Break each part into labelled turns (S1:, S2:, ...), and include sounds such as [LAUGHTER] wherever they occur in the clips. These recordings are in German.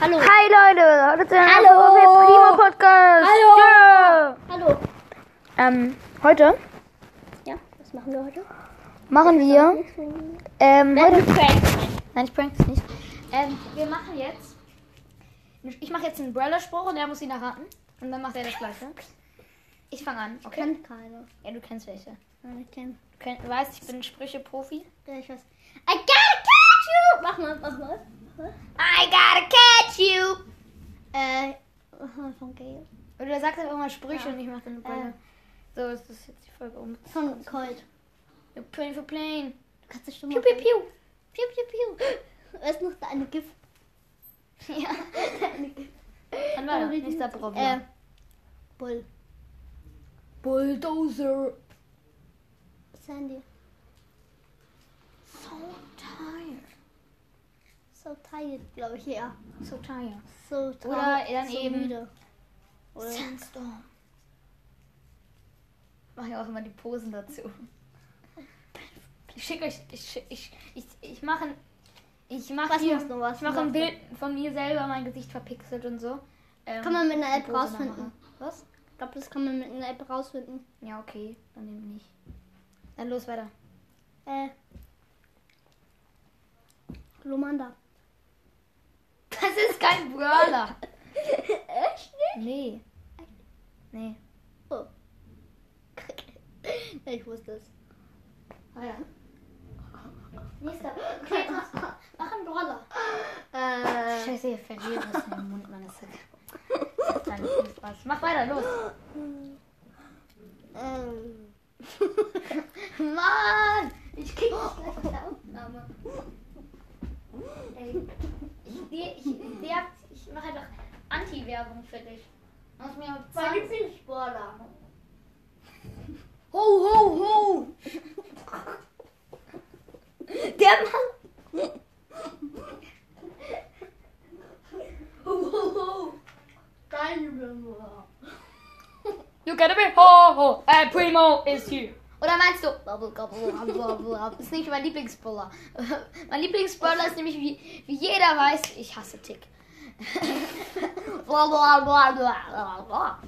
S1: Hallo.
S2: Hi Leute, heute sind
S1: Hallo.
S2: wir auf dem Primo Podcast. Ja.
S1: Hallo. Hallo.
S2: Ähm, heute
S1: Ja, was machen wir heute?
S2: machen wir ähm, heute,
S1: Werden Pranks.
S2: nein, ich pranks nicht.
S1: Ähm, wir machen jetzt. Ich mache jetzt einen Brawler-Spruch und er muss ihn erraten. Und dann macht er das gleiche. Ich fange an, okay?
S3: Kennt keiner.
S1: Ja, du kennst welche.
S3: Nein, ich kenn.
S1: Du, kenn, du weißt, ich bin Sprüche-Profi.
S3: Ja, ich weiß. I gotta catch you! Mach mal, mach mal.
S1: I gotta catch you!
S3: Äh, [LAUGHS] aha, von Gale.
S1: Und du sagst dann irgendwann Sprüche und ich mache dann
S3: Äh.
S1: Brawler. So, es ist jetzt die Folge um.
S3: Von Colt.
S1: You're pretty for playing.
S3: Du kannst dich schon
S1: Piu, piu, piu.
S3: Piu, piu, piu. Weißt du noch, deine [LAUGHS] Gift?
S1: Ja.
S3: Deine Gift.
S1: Dann war das nächster
S3: Äh,
S1: Problem.
S3: Bull.
S1: Bulldozer.
S3: Sandy.
S1: So tired.
S3: So tired, glaube ich, ja.
S1: So tired.
S3: So tired.
S1: Oder dann
S3: so
S1: eben-
S3: Müde. Oder
S1: Sandstorm. Mach ja auch immer die
S3: [LAUGHS]
S1: Posen dazu. Ich schicke euch, ich, schick- ich, ich, ich mache, ich mache
S3: Was
S1: hier,
S3: machst du, was
S1: ich mache ein
S3: machst du?
S1: Bild von mir selber, mein Gesicht verpixelt und so. Ähm,
S3: Kann man mit einer
S1: die
S3: App
S1: Pose dann
S3: rausfinden.
S1: machen. Was?
S3: Ich glaube, das kann man mit einer App rausfinden.
S1: Ja, okay, dann eben nicht. Dann los weiter.
S3: Äh. Glomanda. [LAUGHS]
S1: Das ist kein Brawler.
S3: Echt?
S1: Nee. Nee.
S3: Oh.
S1: [LAUGHS]
S3: ich wusste es.
S1: Ah ja.
S3: Nächster.
S1: Okay, Ähm. jetzt machst du. [LAUGHS] Mach einen Brawler.
S3: Äh,
S1: Scheiße, ihr verliert was in den Mund, Mann. Das hat gar nicht viel Spaß. Mach weiter, los.
S3: ähm,
S1: [LAUGHS] Mann! Oh, Ich krieg nicht gleich in der Aufnahme. Ey, Ich, ich, ich, ich, ich mache einfach Anti-Werbung für dich. Muss oh, mir auf 20.
S3: Lieblingssportler.
S1: Ho, ho, ho! Der Mann! Ho, ho, ho!
S3: Dein Lieblingssportler.
S1: You gotta be ho, ho! Äh, Primo is here! Oder meinst du?
S3: Bubble, gobble, hubble, hubble, hubble.
S1: Das ist nicht mein Lieblingsbrawler. [LAUGHS] mein Lieblingsbrawler ist nämlich, wie, wie jeder weiß, ich hasse Tick. Blablabla.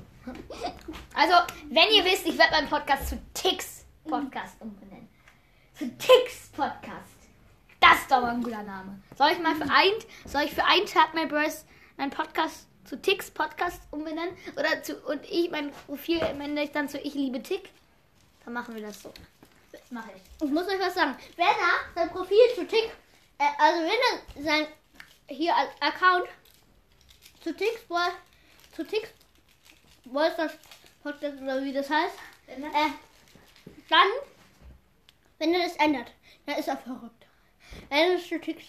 S1: also, wenn ihr wisst, ich werde meinen Podcast zu Ticks Podcast umbenennen. Zu Ticks Podcast. Das ist doch mal ein guter Name. Soll ich mal für ein, soll ich für einen Tag My Bros meinen Podcast zu Ticks Podcast umbenennen? Oder zu, und ich mein Profil ändere ich dann zu Ich liebe Tick? Dann machen wir das so. Das mache ich.
S3: Ich muss euch was sagen. Wenn er sein Profil zu Tick, äh, also wenn er sein hier als Account zu Ticks Boy- zu Ticks Wolsters Podcast oder wie das heißt, äh, dann, wenn er das ändert, dann ist er verrückt. Wenn es zu Ticks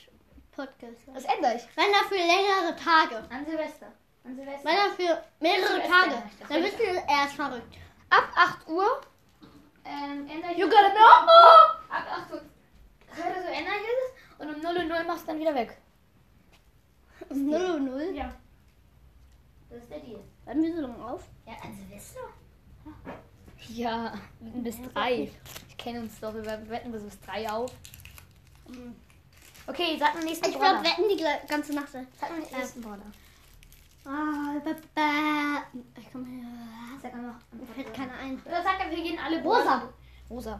S3: Podcast.
S1: Das ändere ich.
S3: Wenn er für längere Tage,
S1: An Silvester. An Silvester.
S3: wenn er für mehrere
S1: Das
S3: Tage,
S1: ändert sich.
S3: dann wissen wir, er ist verrückt.
S1: ab 8 Uhr ähm, ändere ich
S3: You
S1: das-
S3: gotta know!
S1: Ab 8 Uhr. Heute so ändere ich es und um 0 Uhr 0 machst du dann wieder weg.
S3: Ist 0 und 0.
S1: Ja. Das ist der Deal.
S3: Bleiben wir so lange auf?
S1: Ja, an Silvester? Ja, bis
S3: Ja,
S1: 3.
S3: wirklich.
S1: Ich kenne uns doch, wir wetten bis 3 auf.
S3: Mhm.
S1: Okay, sag den nächsten
S3: Ich glaube,
S1: Brawler.
S3: wetten die gle- ganze Nacht. an.
S1: Sag den nächsten Brawler.
S3: Ah, ba- ba- Ich komme her.
S1: Sag einfach.
S3: Mir fällt keiner ein.
S1: Oder sag einfach, wir gehen alle
S3: Rosa.
S1: Brawler. Rosa.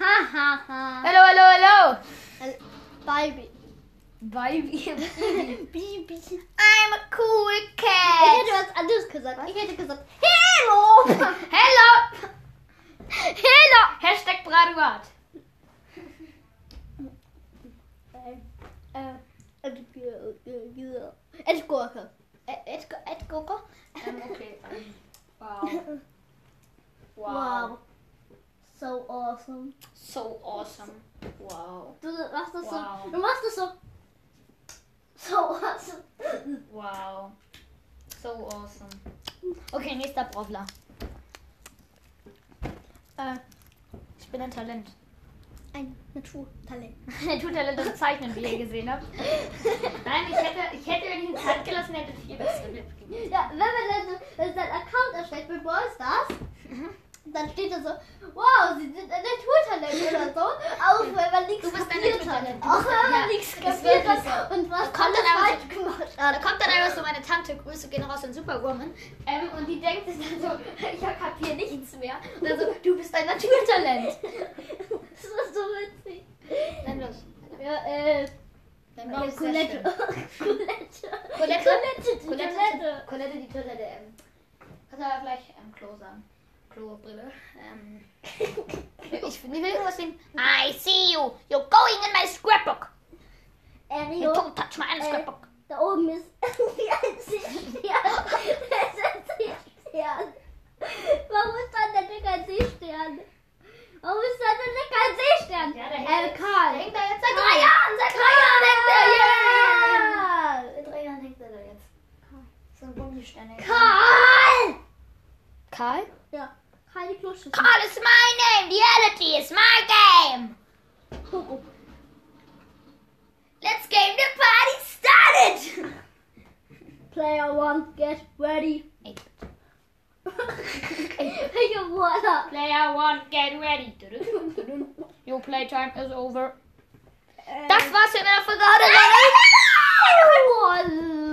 S3: Ha ha ha.
S1: Hallo, hallo, hallo.
S3: Äh, Baby.
S1: Baby.
S3: [LAUGHS]
S1: [LAUGHS]
S3: Bibi.
S1: I'm a cool
S3: Ich
S1: cat.
S3: hätte Äh, was anderes gesagt. Ich hätte gesagt, [LAUGHS] Hello!
S1: Hello! Hello! Hashtag Bratwart.
S3: Äh, Edgurke. Edgurke. Edgurke?
S1: Ähm, okay. Wow.
S3: [LAUGHS] Wow. So awesome.
S1: So awesome. Wow.
S3: Du machst das
S1: Wow.
S3: so. Du machst das so. So awesome. [LAUGHS]
S1: Wow. So awesome. Okay, nächster Brawler.
S3: Äh,
S1: Ich bin ein [LAUGHS] Talent.
S3: ein [LAUGHS] Naturtalent.
S1: Naturtalent und Zeichnen, wie ihr gesehen habt. Nein, ich hätte, ich hätte, wenn ich ihn Hand gelassen hätte, viel besser mitgegeben.
S3: Ja, wenn man dann so wenn sein Account erstellt mit Ballstars,
S1: Mhm.
S3: dann steht da so, wow, sie sind ein Naturtalent oder so. Auch wenn man nichts
S1: bist ein
S3: kapiert hat.
S1: Naturtalent.
S3: Auch wenn man
S1: Ja,
S3: nichts
S1: ist
S3: kapiert
S1: wirklich
S3: hat und was
S1: Kommt
S3: alles
S1: dann aber
S3: falsch
S1: so, Äh, Da kommt dann einfach so meine Tante, Grüße gehen raus an Superwoman. Ähm, und die denkt sich dann so, ich hab hier nichts mehr. Und dann so, du bist ein Naturtalent.
S3: [LAUGHS] Das ist so witzig.
S1: Nein, los.
S3: Ja, äh.
S1: Dann
S3: Ja,
S1: ist sehr
S3: Colette.
S1: schön. [LAUGHS]
S3: [LAUGHS] Colette.
S1: Colette.
S3: Colette, die
S1: Colette,
S3: Toilette.
S1: Colette die Toilette. Ähm, kannst du aber gleich ähm, Klo sagen. Klobrille. Ähm, ich will irgendwas singen. I see you. You're going in my scrapbook.
S3: Äh,
S1: You
S3: Rio,
S1: don't touch my
S3: Äh.
S1: scrapbook.
S3: da oben ist [LAUGHS] wie ein Seestern. Es ist ein Seestern. Warum ist da denn nicht ein Seestern? Warum ist da denn nicht ein Seestern? äh, Karl.
S1: Hängt da jetzt seit drei Jahren. Seit drei Jahren hängt er hier. Seit drei Jahren hängt er da jetzt. So ein Bundesstern.
S3: Karl!
S2: Karl?
S3: Ja, Karl die Kloschüssel.
S1: Call is my name. Reality is my game. Let's game the party started. [LAUGHS]
S3: Player one, get ready. [LAUGHS]
S1: Eight.
S3: Welche
S1: [LAUGHS]
S3: Worte?
S1: Player one, get ready. Your playtime is over.
S3: Äh,
S1: [LAUGHS] Das war's für meine Folge heute. Leute.
S3: Roll.